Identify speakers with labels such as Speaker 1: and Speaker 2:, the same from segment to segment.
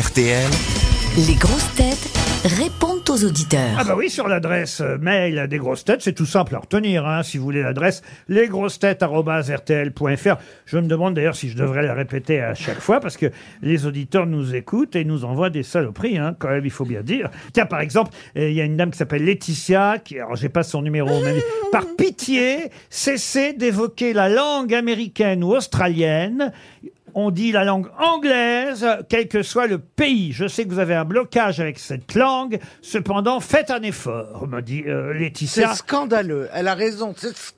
Speaker 1: RTL.
Speaker 2: Les grosses têtes répondent aux auditeurs.
Speaker 3: Ah bah oui, sur l'adresse euh, mail des grosses têtes, c'est tout simple à retenir, hein, si vous voulez l'adresse lesgrossetêtes.rtl.fr. Je me demande d'ailleurs si je devrais la répéter à chaque fois, parce que les auditeurs nous écoutent et nous envoient des saloperies, hein, quand même, il faut bien dire. Tiens, par exemple, euh, il y a une dame qui s'appelle Laetitia, qui, alors j'ai pas son numéro, mais elle dit, par pitié, cessez d'évoquer la langue américaine ou australienne. On dit la langue anglaise, quel que soit le pays. Je sais que vous avez un blocage avec cette langue. Cependant, faites un effort, me dit euh, Laetitia.
Speaker 4: C'est scandaleux. Elle a raison. C'est scandaleux.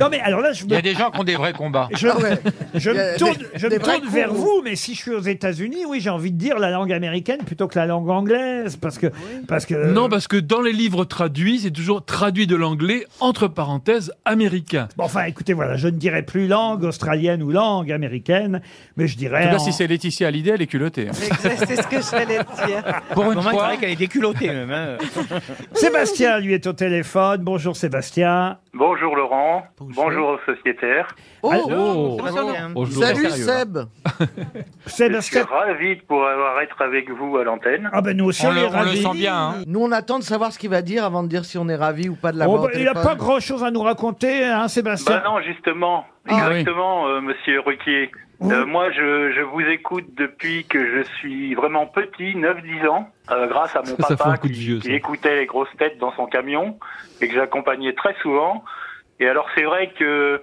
Speaker 3: Non mais alors là, je
Speaker 5: Il y
Speaker 3: me,
Speaker 5: a des gens qui ont des vrais combats.
Speaker 3: je,
Speaker 4: ouais.
Speaker 3: je
Speaker 4: Il y a
Speaker 3: me tourne,
Speaker 4: des-
Speaker 3: je
Speaker 4: des
Speaker 3: me
Speaker 4: vrais
Speaker 3: tourne vers
Speaker 4: coups.
Speaker 3: vous, mais si je suis aux États-Unis, oui, j'ai envie de dire la langue américaine plutôt que la langue anglaise, parce que parce que
Speaker 6: Euh, Non,
Speaker 4: bah-
Speaker 6: parce que dans les livres traduits, c'est toujours traduit de l'anglais, entre parenthèses, américain.
Speaker 3: Bon, enfin, écoutez, voilà, je ne dirais plus langue australienne ou langue américaine, mais je dirais. en-
Speaker 6: Laetitia Hallyday, elle est culottée.
Speaker 7: C'est ce que je voulais te dire.
Speaker 5: Pour une fois,
Speaker 7: qu'elle est déculottée même. hein.
Speaker 3: Sébastien, lui, est au téléphone. Bonjour, Sébastien.
Speaker 8: Bonjour Laurent, bonjour, aux sociétaires.
Speaker 4: Oh,
Speaker 6: Oh,
Speaker 4: Salut Seb.
Speaker 6: Eh
Speaker 8: Je suis
Speaker 3: Sébastien.
Speaker 8: ravi de pouvoir être avec vous à l'antenne.
Speaker 3: Ah ben nous aussi
Speaker 5: on
Speaker 3: on, est
Speaker 5: le, on le
Speaker 3: ravis.
Speaker 5: sent bien. hein.
Speaker 4: Nous, on attend de savoir ce qu'il va dire avant de dire si on est ravi ou pas de la
Speaker 3: Oh, bah, il n'a pas grand chose à nous raconter, hein, Sébastien.
Speaker 8: Bah non, justement,
Speaker 6: Ah,
Speaker 8: exactement, euh, Monsieur Ruquier. Euh, moi, je, je vous écoute depuis que je suis vraiment petit, 9-10 ans, euh, grâce à mon
Speaker 6: Ça, ça fait un
Speaker 8: papa
Speaker 6: coup de
Speaker 8: qui,
Speaker 6: vieux, ça.
Speaker 8: qui écoutait les grosses têtes dans son camion et que j'accompagnais très souvent. Et alors, c'est vrai que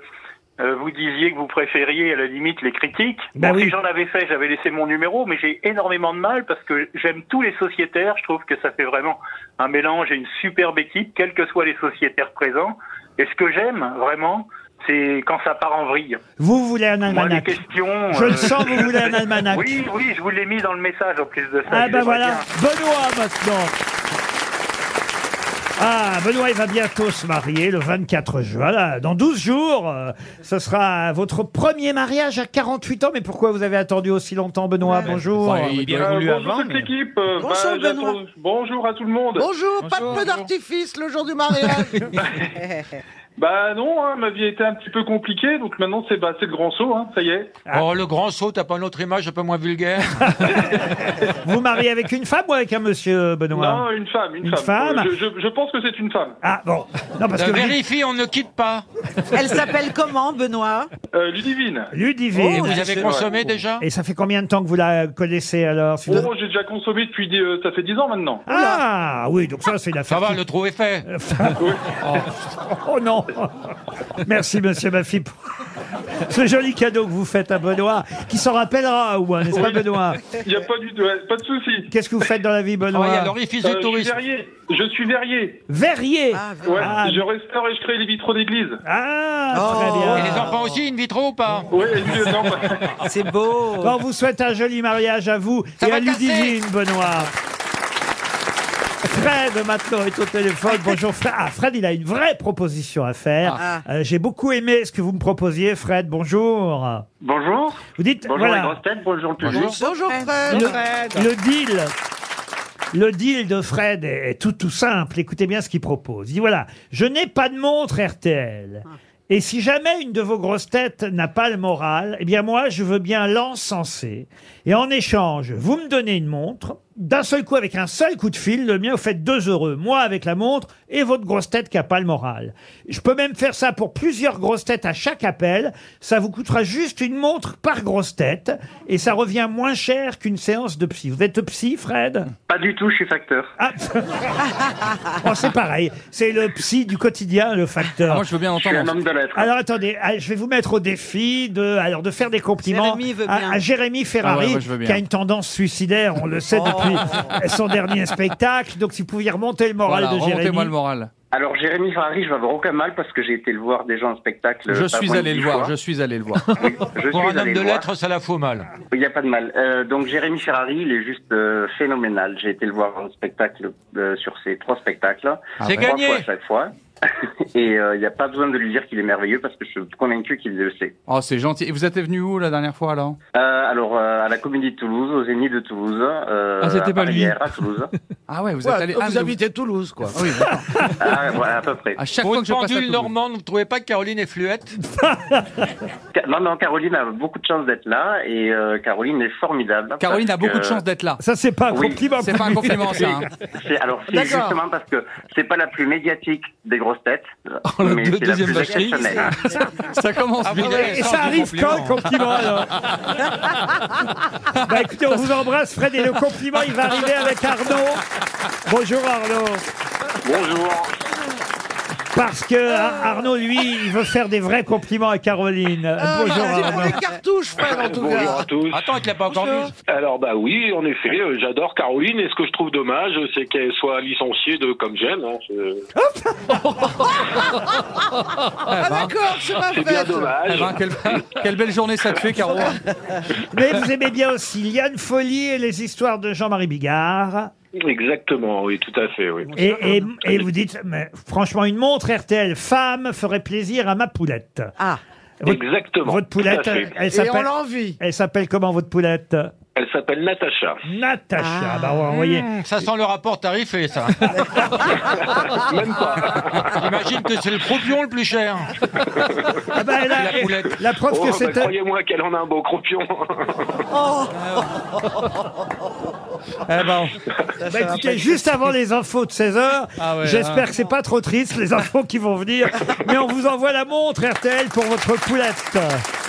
Speaker 8: euh, vous disiez que vous préfériez à la limite les critiques.
Speaker 3: Bah
Speaker 8: Bon,
Speaker 3: oui.
Speaker 8: Si j'en avais fait, j'avais laissé mon numéro, mais j'ai énormément de mal parce que j'aime tous les sociétaires. Je trouve que ça fait vraiment un mélange et une superbe équipe, quels que soient les sociétaires présents. Et ce que j'aime vraiment, c'est quand ça part en vrille.
Speaker 3: Vous voulez un
Speaker 8: Moi, les
Speaker 3: almanach
Speaker 8: questions.
Speaker 3: Ah, Je le
Speaker 8: euh,
Speaker 3: sens, vous voulez un almanach.
Speaker 8: Oui, oui, je vous l'ai mis dans le message en plus de ça.
Speaker 3: Ah
Speaker 8: je
Speaker 3: ben
Speaker 8: l'ai
Speaker 3: voilà,
Speaker 8: bien.
Speaker 3: Benoît maintenant. Ah, Benoît, il va bientôt se marier le 24 juin. Voilà, dans 12 jours, euh, ce sera votre premier mariage à 48 ans. Mais pourquoi vous avez attendu aussi longtemps, Benoît Bonjour.
Speaker 6: Enfin, il
Speaker 5: bien
Speaker 6: doit-
Speaker 8: Euh,
Speaker 5: voulu
Speaker 9: bonjour
Speaker 5: avant,
Speaker 9: toute
Speaker 5: mais-
Speaker 9: l'équipe. euh,
Speaker 7: Bonjour,
Speaker 9: bah, j'attends-
Speaker 7: Benoît.
Speaker 9: bonjour à tout le monde.
Speaker 4: Bonjour, pas de feu d'artifice le jour du mariage.
Speaker 9: Bah non, hein, ma vie était un petit peu compliquée, donc maintenant c'est bah, c'est le grand saut, hein, ça y est.
Speaker 5: Oh, le grand saut, t'as pas une autre image un peu moins vulgaire
Speaker 3: Vous mariez avec une femme ou avec un monsieur, Benoît
Speaker 9: Non, une femme, une,
Speaker 3: Une
Speaker 9: femme.
Speaker 3: femme.
Speaker 9: Je, je- je pense que c'est une femme.
Speaker 3: Ah bon. Non, parce que vous dites
Speaker 5: Euh, Vérifie, on ne quitte pas.
Speaker 7: Elle s'appelle comment, Benoît
Speaker 9: Euh, Ludivine.
Speaker 5: Et
Speaker 3: Ludivine.
Speaker 5: Oh, vous avez consommé déjà
Speaker 3: Et ça fait combien de temps que vous la connaissez alors si vous-
Speaker 9: Oh, j'ai déjà consommé depuis des- euh, ça fait 10 ans maintenant.
Speaker 3: Ah oui, donc ça c'est la
Speaker 5: Ça
Speaker 3: femme.
Speaker 5: va, le trou est fait.
Speaker 3: Oh non Merci, monsieur Maffy, pour ce joli cadeau que vous faites à Benoît, qui s'en rappellera, au moins, n'est-ce pas, Benoît
Speaker 9: Il n'y a pas du ouais, pas de souci.
Speaker 3: Qu'est-ce que vous faites dans la vie,
Speaker 5: Ah, il y a
Speaker 3: Benoît
Speaker 5: l'orifice
Speaker 9: Euh,
Speaker 5: du
Speaker 9: je suis
Speaker 5: tourisme.
Speaker 9: verrier. Je suis verrier.
Speaker 3: Verrier
Speaker 7: Ah,
Speaker 9: Ouais,
Speaker 3: Ah.
Speaker 9: je restaure et je crée les vitraux d'église.
Speaker 3: Ah, très
Speaker 7: Oh.
Speaker 5: Et les
Speaker 3: bien
Speaker 5: enfants aussi, in vitro ou pas
Speaker 9: Ouais, et puis, euh, non, bah,
Speaker 7: C'est beau.
Speaker 3: On vous souhaite un joli mariage à vous
Speaker 5: Ça
Speaker 3: et
Speaker 5: va
Speaker 3: à
Speaker 5: casser.
Speaker 3: Ludivine, Benoît Fred maintenant est au téléphone. Bonjour Fred. Ah, Fred, il a une vraie proposition à faire.
Speaker 7: Ah.
Speaker 3: Euh, J'ai beaucoup aimé ce que vous me proposiez, Fred. Bonjour.
Speaker 8: Bonjour.
Speaker 3: Vous dites
Speaker 8: Bonjour
Speaker 3: voilà.
Speaker 8: les grosses têtes, bonjour le public.
Speaker 4: Bonjour Fred.
Speaker 3: Le, le deal. Le deal de Fred est est tout, tout simple. Écoutez bien ce qu'il propose. Il dit voilà, je n'ai pas de montre RTL. Et si jamais une de vos grosses têtes n'a pas le moral, eh bien moi, je veux bien l'encenser. Et en échange, vous me donnez une montre. D'un seul coup, avec un seul coup de fil, le mien, vous faites deux heureux. Moi avec la montre et votre grosse tête qui n'a pas le moral. Je peux même faire ça pour plusieurs grosses têtes à chaque appel. Ça vous coûtera juste une montre par grosse tête. Et ça revient moins cher qu'une séance de psy. Vous êtes psy, Fred
Speaker 8: Pas du tout, je suis facteur.
Speaker 3: ah. Oh, c'est pareil. C'est le psy du quotidien, le facteur.
Speaker 6: Ah, Moi, je veux bien
Speaker 8: Je suis un
Speaker 6: entendre.
Speaker 8: homme de lettres.
Speaker 3: Alors attendez, ah, je vais vous mettre au défi de, alors de faire des compliments
Speaker 7: Jérémy veut bien.
Speaker 3: à, à Jérémy Ferrari,
Speaker 6: Ah ouais, ouais, je veux bien.
Speaker 3: qui a une tendance suicidaire, on le sait
Speaker 7: Oh.
Speaker 3: depuis son dernier spectacle. Donc si vous pouviez remonter le moral
Speaker 6: Voilà,
Speaker 3: de Jérémy.
Speaker 6: remontez-moi le moral.
Speaker 8: Alors Jérémy Ferrari, je vais avoir aucun mal parce que j'ai été le voir déjà en spectacle.
Speaker 6: Je
Speaker 8: pas
Speaker 6: suis
Speaker 8: moins de
Speaker 6: allé
Speaker 8: dix
Speaker 6: le voir,
Speaker 8: fois.
Speaker 6: je suis allé le voir.
Speaker 8: Oui, je
Speaker 5: Pour
Speaker 8: suis
Speaker 5: un
Speaker 8: allé
Speaker 5: homme de
Speaker 8: le voir.
Speaker 5: lettres, ça la fout mal.
Speaker 8: Il n'y a pas de mal. Euh, donc Jérémy Ferrari, il est juste euh, phénoménal. J'ai été le voir en spectacle euh, sur ces trois spectacles.
Speaker 1: Ah
Speaker 5: C'est
Speaker 1: bah,
Speaker 8: Trois
Speaker 5: gagné
Speaker 8: fois à chaque fois. Et euh, il n'y a pas besoin de lui dire qu'il est merveilleux parce que je suis convaincu qu'il le sait.
Speaker 6: Oh, c'est gentil. Et vous êtes venu où la dernière fois alors
Speaker 8: Euh, alors, euh, à la Comédie de Toulouse, au Zénith de Toulouse. Euh,
Speaker 6: Ah, c'était
Speaker 8: à
Speaker 6: pas lui.
Speaker 8: Barrières, à Toulouse.
Speaker 1: Ah ouais, vous
Speaker 4: Ouais,
Speaker 1: êtes allé.
Speaker 4: vous
Speaker 1: ah, mais
Speaker 4: habitez Toulouse, quoi.
Speaker 1: Ah oui, d'accord.
Speaker 8: Ah, voilà, à peu près.
Speaker 1: à chaque
Speaker 5: Pour
Speaker 1: fois
Speaker 5: une
Speaker 1: que je passe à
Speaker 5: pendule
Speaker 1: Toulouse.
Speaker 5: normande, vous ne trouvez pas que Caroline est fluette
Speaker 8: Ca- Non, non, Caroline a beaucoup de chance d'être là et euh, Caroline est formidable.
Speaker 1: Caroline a
Speaker 8: parce
Speaker 1: beaucoup de
Speaker 8: que-
Speaker 1: chance d'être là.
Speaker 3: Ça, c'est pas un
Speaker 8: Oui,
Speaker 3: compliment.
Speaker 1: C'est pas un compliment, ça. hein.
Speaker 8: C'est- Alors, c'est
Speaker 4: D'accord.
Speaker 8: justement parce que c'est pas la plus médiatique des grosses têtes,
Speaker 6: la
Speaker 8: mais
Speaker 6: deux-
Speaker 8: c'est la
Speaker 6: deuxième
Speaker 8: plus
Speaker 6: vacherie.
Speaker 8: exceptionnelle.
Speaker 1: Ça commence
Speaker 5: Ah,
Speaker 1: bien.
Speaker 5: ouais.
Speaker 3: Et
Speaker 5: Sens
Speaker 3: ça
Speaker 5: du
Speaker 3: arrive
Speaker 5: compliment.
Speaker 3: quand le compliment alors Bah écoutez, on vous embrasse Fred et le compliment il va arriver avec Arnaud. Bonjour Arnaud.
Speaker 8: Bonjour.
Speaker 3: Parce que Ar- Arnaud, lui, il veut faire des vrais compliments à Caroline.
Speaker 4: Ah,
Speaker 3: Bonjour
Speaker 4: merci pour
Speaker 3: Arnaud.
Speaker 4: les cartouches, Fred, en tout
Speaker 9: Bonjour
Speaker 4: cas.
Speaker 9: à tous.
Speaker 5: Attends, il l'a pas encore lu.
Speaker 9: Alors bah oui, en effet, euh, j'adore Caroline et ce que je trouve dommage, c'est qu'elle soit licenciée de comme j'aime. hein, c'est-
Speaker 4: Ah, d'accord, c'est ma
Speaker 9: C'est bien
Speaker 4: fête.
Speaker 1: Eh
Speaker 9: dommage.
Speaker 1: ben, quelle, quelle belle journée ça te fait, Caro.
Speaker 3: Mais vous aimez bien aussi Liane Folie et les histoires de Jean-Marie Bigard.
Speaker 9: Exactement, oui, tout à fait, oui.
Speaker 3: Et, et- et vous dites, mais franchement, une montre RTL femme ferait plaisir à ma poulette.
Speaker 7: Ah.
Speaker 3: Votre-
Speaker 9: Exactement.
Speaker 3: Votre poulette,
Speaker 9: Tout à fait.
Speaker 3: elle
Speaker 4: Et on
Speaker 3: s'appelle.
Speaker 4: l'envie.
Speaker 3: Elle s'appelle comment votre poulette
Speaker 9: Elle s'appelle Natacha.
Speaker 3: Natacha.
Speaker 7: Ah.
Speaker 3: Bah, vous voyez.
Speaker 5: Mmh, Ça sent le rapport tarifé, ça.
Speaker 9: Même pas.
Speaker 5: J'imagine que c'est le croupion le plus cher.
Speaker 3: Ah bah, elle a-
Speaker 5: La poulette.
Speaker 3: la preuve
Speaker 9: Oh,
Speaker 3: que
Speaker 9: bah,
Speaker 3: c'était.
Speaker 9: Croyez-moi qu'elle en a un beau croupion.
Speaker 1: Eh ben,
Speaker 3: Bah, écoutez, juste avant les infos de 16h,
Speaker 1: Ah ouais,
Speaker 3: j'espère que c'est pas trop triste les infos qui vont venir. Mais on vous envoie la montre RTL pour votre poulette.